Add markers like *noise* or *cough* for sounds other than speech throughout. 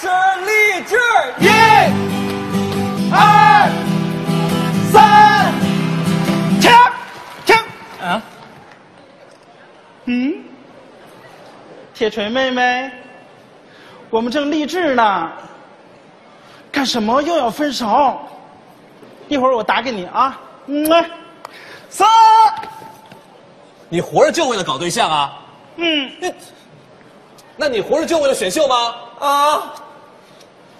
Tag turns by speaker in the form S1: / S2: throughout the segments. S1: 声励志，
S2: 一、二、三，停，停。
S1: 啊，
S2: 嗯，铁锤妹妹，我们正励志呢，干什么又要分手？一会儿我打给你啊。嗯，三，
S1: 你活着就为了搞对象啊？
S2: 嗯，
S1: 你那你活着就为了选秀吗？
S2: 啊，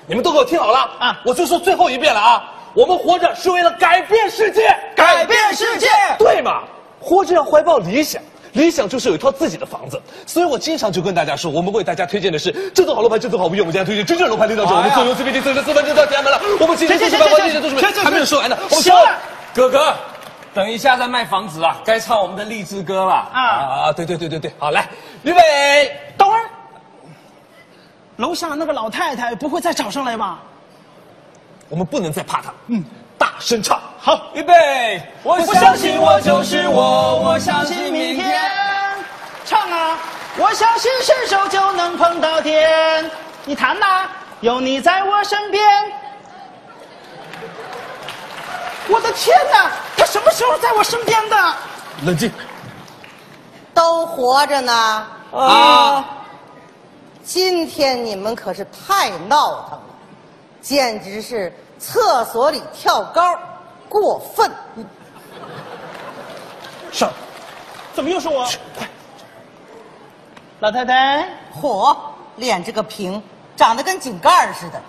S1: 你们都给我听好了
S2: 啊
S1: 我就说最后一遍了啊！我们活着是为了改变世界，
S2: 改变世界
S1: 对嘛？活着要怀抱理想，理想就是有一套自己的房子。所以我经常就跟大家说，我们为大家推荐的是这栋好楼盘，这栋好物业，我们今天推荐真正楼盘领导者，我们做游 CPT 四十四分钟到家门了，我们今天
S2: 行
S1: 四十
S2: 行
S1: 八
S2: 行
S1: 万地产都是
S2: 行行行
S1: 还没有说完呢，我们
S2: 行
S1: 说
S2: 了
S1: 完。
S3: 哥哥，等一下再卖房子啊，该唱我们的励志歌了
S2: 啊
S3: 啊！对对对对对，好来，预备，
S2: 等会儿，楼下那个老太太不会再找上来吧？
S1: 我们不能再怕他，嗯，大声唱好。
S3: 预备，我
S2: 我
S3: 相信我就是我，我相
S2: 相
S3: 信
S2: 信
S3: 明
S2: 明
S3: 天
S2: 天。，唱啊！我相信伸手就能碰到天。你弹呐、有你在我身边。我的天哪，他什么时候在我身边的？
S1: 冷静，
S4: 都活着呢。
S3: 啊！
S4: 今天你们可是太闹腾了，简直是厕所里跳高，过分！
S1: 上，
S2: 怎么又是我？老太太，
S4: 嚯，脸这个平，长得跟井盖儿似的。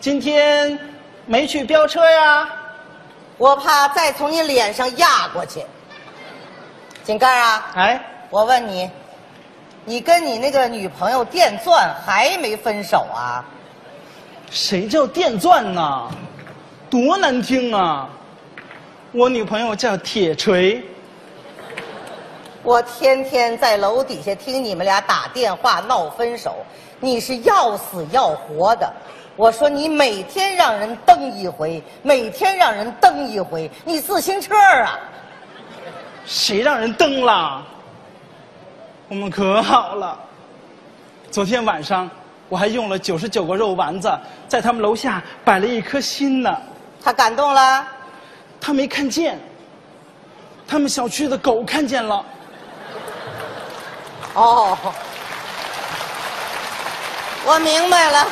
S2: 今天没去飙车呀？
S4: 我怕再从你脸上压过去。井盖儿啊，
S2: 哎，
S4: 我问你，你跟你那个女朋友电钻还没分手啊？
S2: 谁叫电钻呢？多难听啊！我女朋友叫铁锤。
S4: 我天天在楼底下听你们俩打电话闹分手，你是要死要活的。我说你每天让人蹬一回，每天让人蹬一回，你自行车啊！
S2: 谁让人蹬了？我们可好了。昨天晚上我还用了九十九个肉丸子，在他们楼下摆了一颗心呢。
S4: 他感动了，
S2: 他没看见，他们小区的狗看见了。
S4: 哦，我明白了，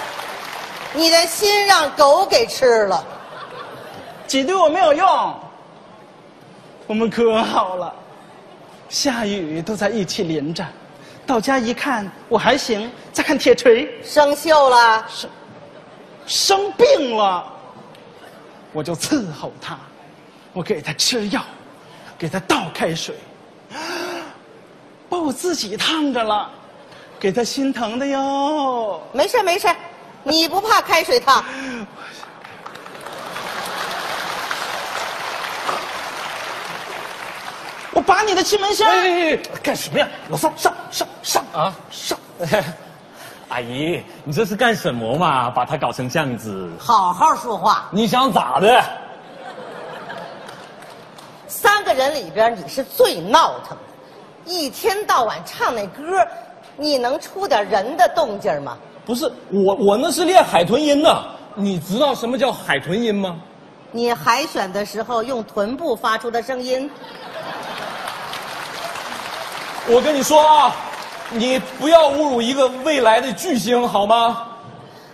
S4: 你的心让狗给吃了。
S2: 挤兑我没有用，我们可好了。下雨都在一起淋着，到家一看我还行，再看铁锤
S4: 生锈了，
S2: 生病了，我就伺候他，我给他吃药，给他倒开水，把我自己烫着了，给他心疼的哟。
S4: 没事没事，你不怕开水烫？
S2: 我拔你的气门栓，
S1: 哎，干什么呀？老三，上上上
S3: 啊 *laughs*
S1: 上！
S5: 阿姨，你这是干什么嘛？把他搞成这样子，
S4: 好好说话。
S5: 你想咋的？
S4: 三个人里边，你是最闹腾的，一天到晚唱那歌，你能出点人的动静吗？
S3: 不是我，我那是练海豚音呢。你知道什么叫海豚音吗？
S4: 你海选的时候用臀部发出的声音，
S3: 我跟你说啊，你不要侮辱一个未来的巨星好吗？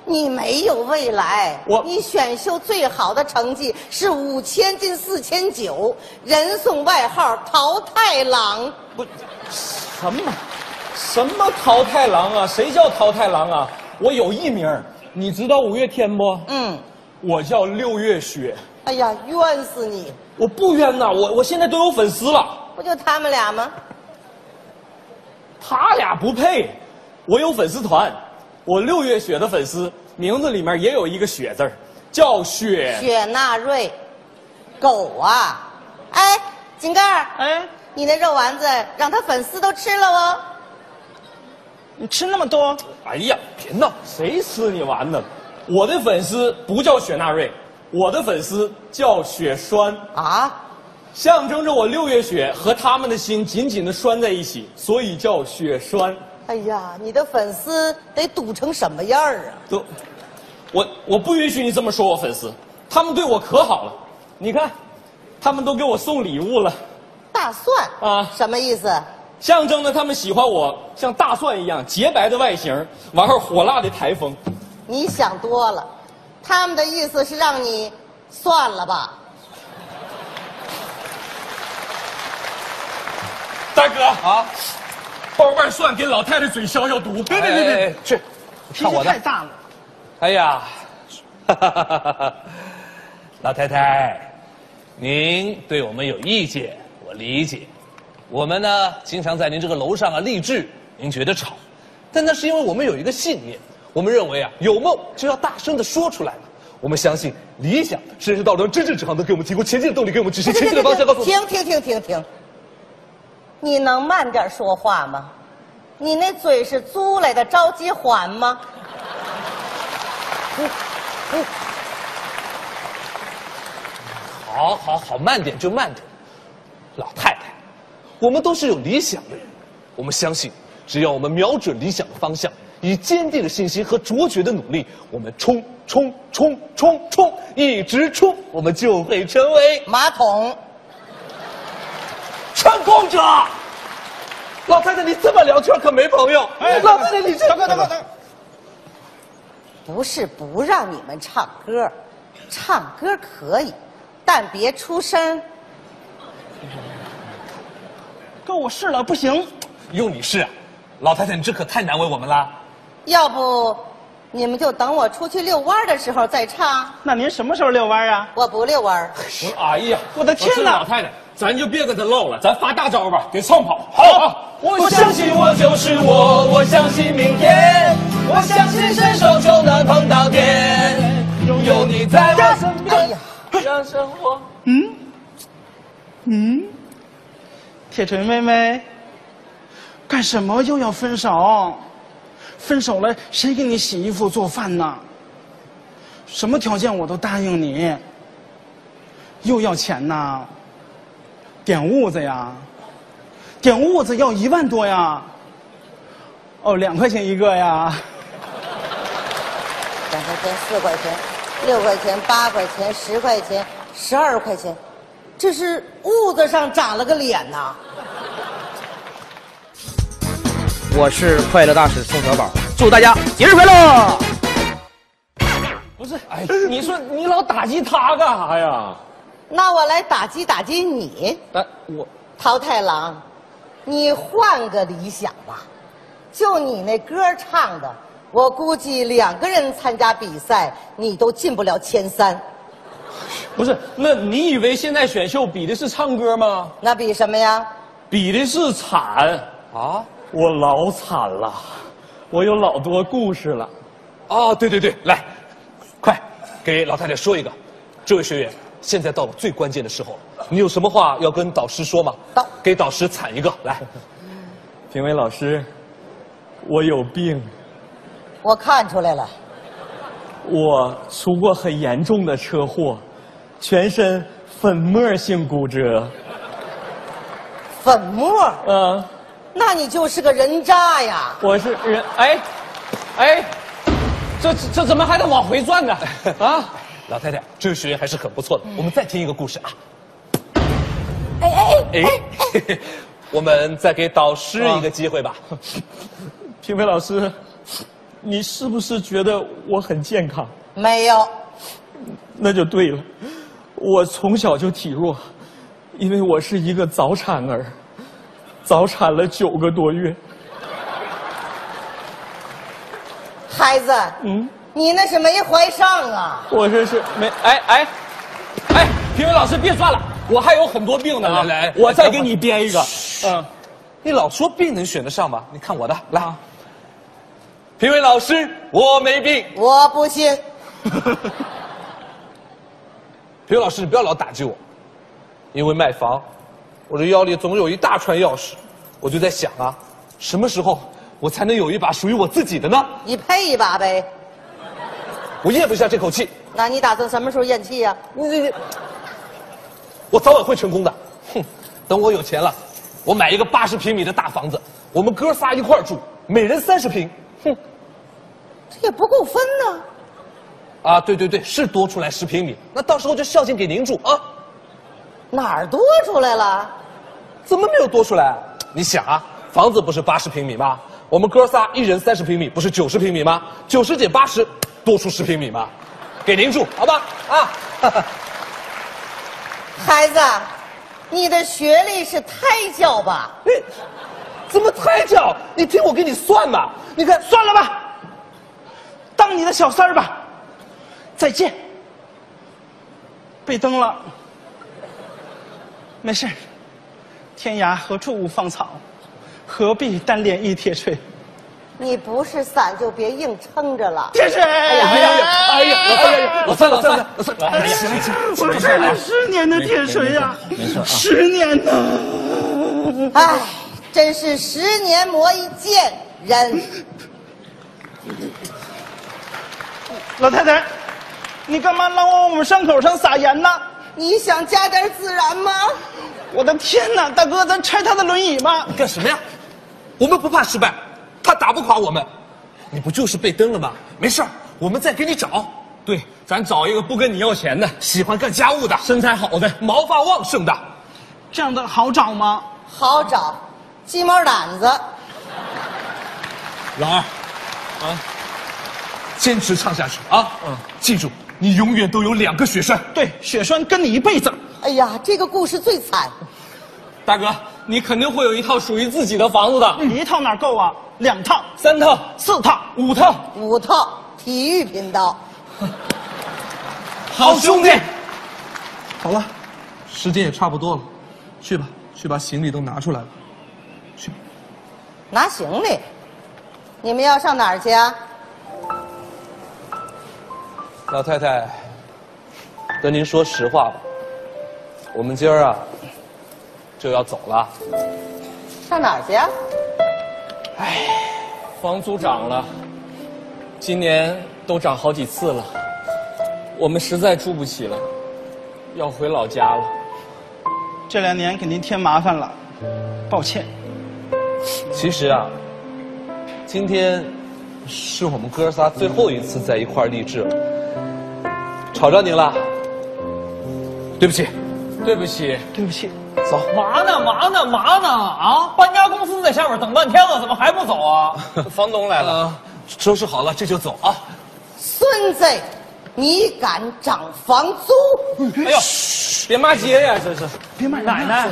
S4: 你没有未来。
S3: 我
S4: 你选秀最好的成绩是五千进四千九，人送外号“淘汰郎
S3: 不，什么什么淘汰郎啊？谁叫淘汰郎啊？我有艺名儿，你知道五月天不？”。
S4: 嗯，
S3: 我叫六月雪，
S4: 哎呀，冤死你！
S3: 我不冤呐，我我现在都有粉丝了。
S4: 不就他们俩吗？
S3: 他俩不配，我有粉丝团，我六月雪的粉丝名字里面也有一个雪字儿，叫雪。
S4: 雪纳瑞，狗啊！哎，井盖儿，
S2: 哎，
S4: 你那肉丸子让他粉丝都吃了哦。
S2: 你吃那么多，
S3: 哎呀，别闹，谁吃你完呢？我的粉丝不叫雪纳瑞，我的粉丝叫雪栓，
S4: 啊，
S3: 象征着我六月雪和他们的心紧紧的拴在一起，所以叫雪栓。
S4: 哎呀，你的粉丝得堵成什么样儿啊？
S3: 都，我我不允许你这么说我粉丝，他们对我可好了。你看，他们都给我送礼物了，
S4: 大蒜
S3: 啊
S4: 什么意思？
S3: 象征着他们喜欢我像大蒜一样洁白的外形，完后火辣的台风。
S4: 你想多了，他们的意思是让你算了吧。
S3: 大哥，
S1: 啊！
S3: 包瓣蒜给老太太嘴消消毒。
S2: 哎
S1: 别别别别，去，
S2: 脾
S1: 看
S2: 气
S1: 我
S2: 太
S1: 的！
S2: 大了。
S1: 哎呀， *laughs* 哈哈哈哈哈！老太太，您对我们有意见，我理解。我们呢，经常在您这个楼上啊励志，您觉得吵，但那是因为我们有一个信念，我们认为啊，有梦就要大声的说出来嘛。我们相信理想是人生道路上真正指航能给我们提供前进的动力，给我们指示前进的方向，告诉我们
S4: 停停停停停！你能慢点说话吗？你那嘴是租来的，着急还吗？
S1: 好好好，慢点就慢点。老太太，我们都是有理想的人，我们相信，只要我们瞄准理想的方向，以坚定的信心和卓绝的努力，我们冲冲冲冲冲，一直冲，我们就会成为
S4: 马桶，
S1: 成功者。老太太，你这么聊天可没朋友。老太太，你这
S2: 大哥大哥大哥，
S4: 不是不让你们唱歌，唱歌可以，但别出声。
S2: 哥我试了不行，
S1: 用你试啊，老太太，你这可太难为我们啦。
S4: 要不，你们就等我出去遛弯儿的时候再唱。
S2: 那您什么时候遛弯啊？
S4: 我不遛弯儿。
S3: 我说哎呀，
S2: 我的天
S3: 我是
S2: 哪
S3: 老太太，咱就别跟他唠了，咱发大招吧，给蹭跑。
S1: 好
S3: 我相信我就是我，我相信明天，我相信伸手就能碰到天，拥有你在我身
S4: 哎呀，
S3: 边，让生活。
S2: 铁锤妹妹，干什么又要分手？分手了谁给你洗衣服做饭呢？什么条件我都答应你。又要钱呐？点痦子呀？点痦子要一万多呀？哦，两块钱一个呀？
S4: 两块钱、四块钱、六块钱、八块钱、十块钱、十二块钱，这是痦子上长了个脸呐、
S6: 我是快乐大使宋小宝，祝大家节日快乐！
S3: 不是，哎，你说你老打击他干啥呀？
S4: 那我来打击打击你，
S3: 哎，我
S4: 桃太郎，你换个理想吧。就你那歌唱的，我估计两个人参加比赛，你都进不了前三。
S3: 不是，那你以为现在选秀比的是唱歌吗？
S4: 那比什么呀？
S3: 比的是惨啊！我老惨了，我有老多故事了。啊
S1: 哦，对对对，来，快给老太太说一个。这位学员，现在到了最关键的时候了，你有什么话要跟导师说吗？
S4: 导
S1: 给导师惨一个，来，
S3: 评委老师，我有病，
S4: 我看出来了，
S3: 我出过很严重的车祸，全身粉末性骨折。
S4: 粉末，
S3: 嗯、
S4: 那你就是个人渣呀！
S3: 我是人，哎，哎，这这怎么还得往回转呢？啊，
S1: 老太太，这位学员还是很不错的。
S3: 嗯
S1: 我们再听一个故事啊。哎哎哎！ *laughs* 我们再给导师
S3: 啊
S1: 一个机会吧。
S3: 评委老师，你是不是觉得我很健康？
S4: 没有，
S3: 那就对了，我从小就体弱，因为我是一个早产儿，早产了九个多月。
S4: 孩子，
S3: 嗯，
S4: 你那是没怀上啊？
S3: 我这是没哎哎哎，评委老师别转了，我还有很多病呢
S1: 来
S3: 啊。
S1: 来来
S3: 我再给你编一个。嗯，啊
S1: 你老说病能选得上吗？你看我的，来。评委老师，我没病。
S4: 我不信，
S1: 评委老师，你不要老打击我，因为卖房，我这腰里总有一大串钥匙，我就在想啊，什么时候我才能有一把属于我自己的呢？
S4: 你配一把呗。
S1: 我咽不下这口气，
S4: 那你打算什么时候咽气呀、
S1: 我早晚会成功的。哼，等我有钱了，我买一个八十平米的大房子，我们哥仨一块儿住，
S5: 每人三十瓶。
S4: 这也不够分呢。
S1: 啊，对对对，是多出来十平米，那到时候就孝敬给您住啊。
S4: 哪儿多出来了？
S1: 怎么没有多出来？你想啊，房子不是八十平米吗？我们哥仨一人三十平米，不是九十平米吗？九十减八十，多出十平米吗？给您住，好吧？ *laughs* 啊，
S4: 孩子，你的学历是胎教吧？
S1: 你怎么胎教？你听我给你算嘛。你看，
S2: 算了吧，当你的小三儿吧。再见。被蹬了，没事儿天涯何处无芳草，何必单恋一铁锤？
S4: 你不是伞就别硬撑着了。
S2: 铁锤！哎呀
S1: 哎呀，哎呀，老三，老三，老三，哎呀
S2: 我吃了十年的铁锤呀、十年呐！
S4: 唉，哎真是十年磨一剑人。
S2: 老太太，你干嘛老往我们伤口上撒盐呢？
S4: 你想加点孜然吗？
S2: 我的天哪，大哥，咱拆他的轮椅吧！
S1: 干什么呀？我们不怕失败，他打不垮我们。你不就是被蹬了吗？没事儿我们再给你找。
S5: 对，咱找一个不跟你要钱的，
S1: 喜欢干家务的，
S5: 身材好的。
S1: 毛发旺盛的，
S2: 这样的好找吗？
S4: 好找，鸡毛掸子。
S5: 老二，啊
S1: 坚持唱下去啊！嗯，记住，你永远都有两个雪山。
S2: 对，血栓跟你一辈子。
S4: 哎呀，这个故事最惨。
S5: 大哥，你肯定会有一套属于自己的房子的，
S2: 你一套哪够啊？两套、
S5: 三套、
S2: 四套、
S5: 五套，
S4: 五套体育频道，
S5: 好兄弟。
S1: 好了，时间也差不多了，去吧，去把行李都拿出来了。去吧，
S4: 拿行李。你们要上哪儿去啊？
S1: 老太太，跟您说实话吧，我们今儿啊就要走了。
S4: 上哪儿去啊？
S5: 房租涨了，今年都涨好几次了，我们实在住不起了，要回老家了。
S2: 这两年给您添麻烦了，抱歉。
S1: 其实啊，今天是我们哥仨最后一次在一块儿励志了，吵着您了，对不起，
S5: 对不起，
S2: 对不起，
S1: 走。
S7: 嘛呢嘛呢嘛呢啊！搬家公司在下边等半天了，怎么还不走
S1: *laughs*
S7: 啊？
S5: 房东来了。
S1: 呃，收拾好了这就走啊。
S4: 孙子，你敢涨房租？
S5: 哎呦，别骂街呀，这是。
S2: 别买
S7: 奶奶，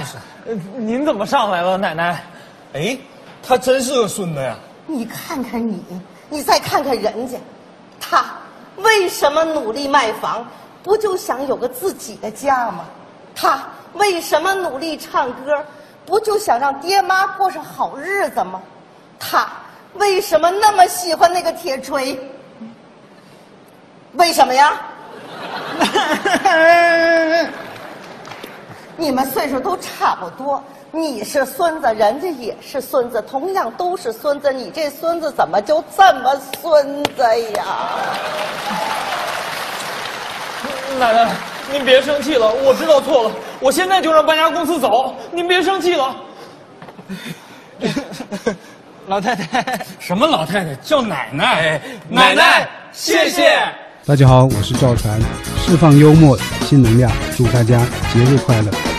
S7: 呃您怎么上来了？奶奶，
S5: 哎，他真是个孙子呀。
S4: 你看看你，你再看看人家，他为什么努力卖房？不就想有个自己的家吗？他为什么努力唱歌？不就想让爹妈过上好日子吗？他为什么那么喜欢那个铁锤？为什么呀？你们岁数都差不多，你是孙子，人家也是孙子，同样都是孙子，你这孙子怎么就这么孙子呀？
S7: 奶奶，您别生气了，我知道错了，我现在就让搬家公司走，您别生气了。
S2: 老太太，
S5: 什么老太太叫奶奶？
S7: 奶奶谢谢
S8: 大家好，我是赵传，释放幽默新能量，祝大家节日快乐。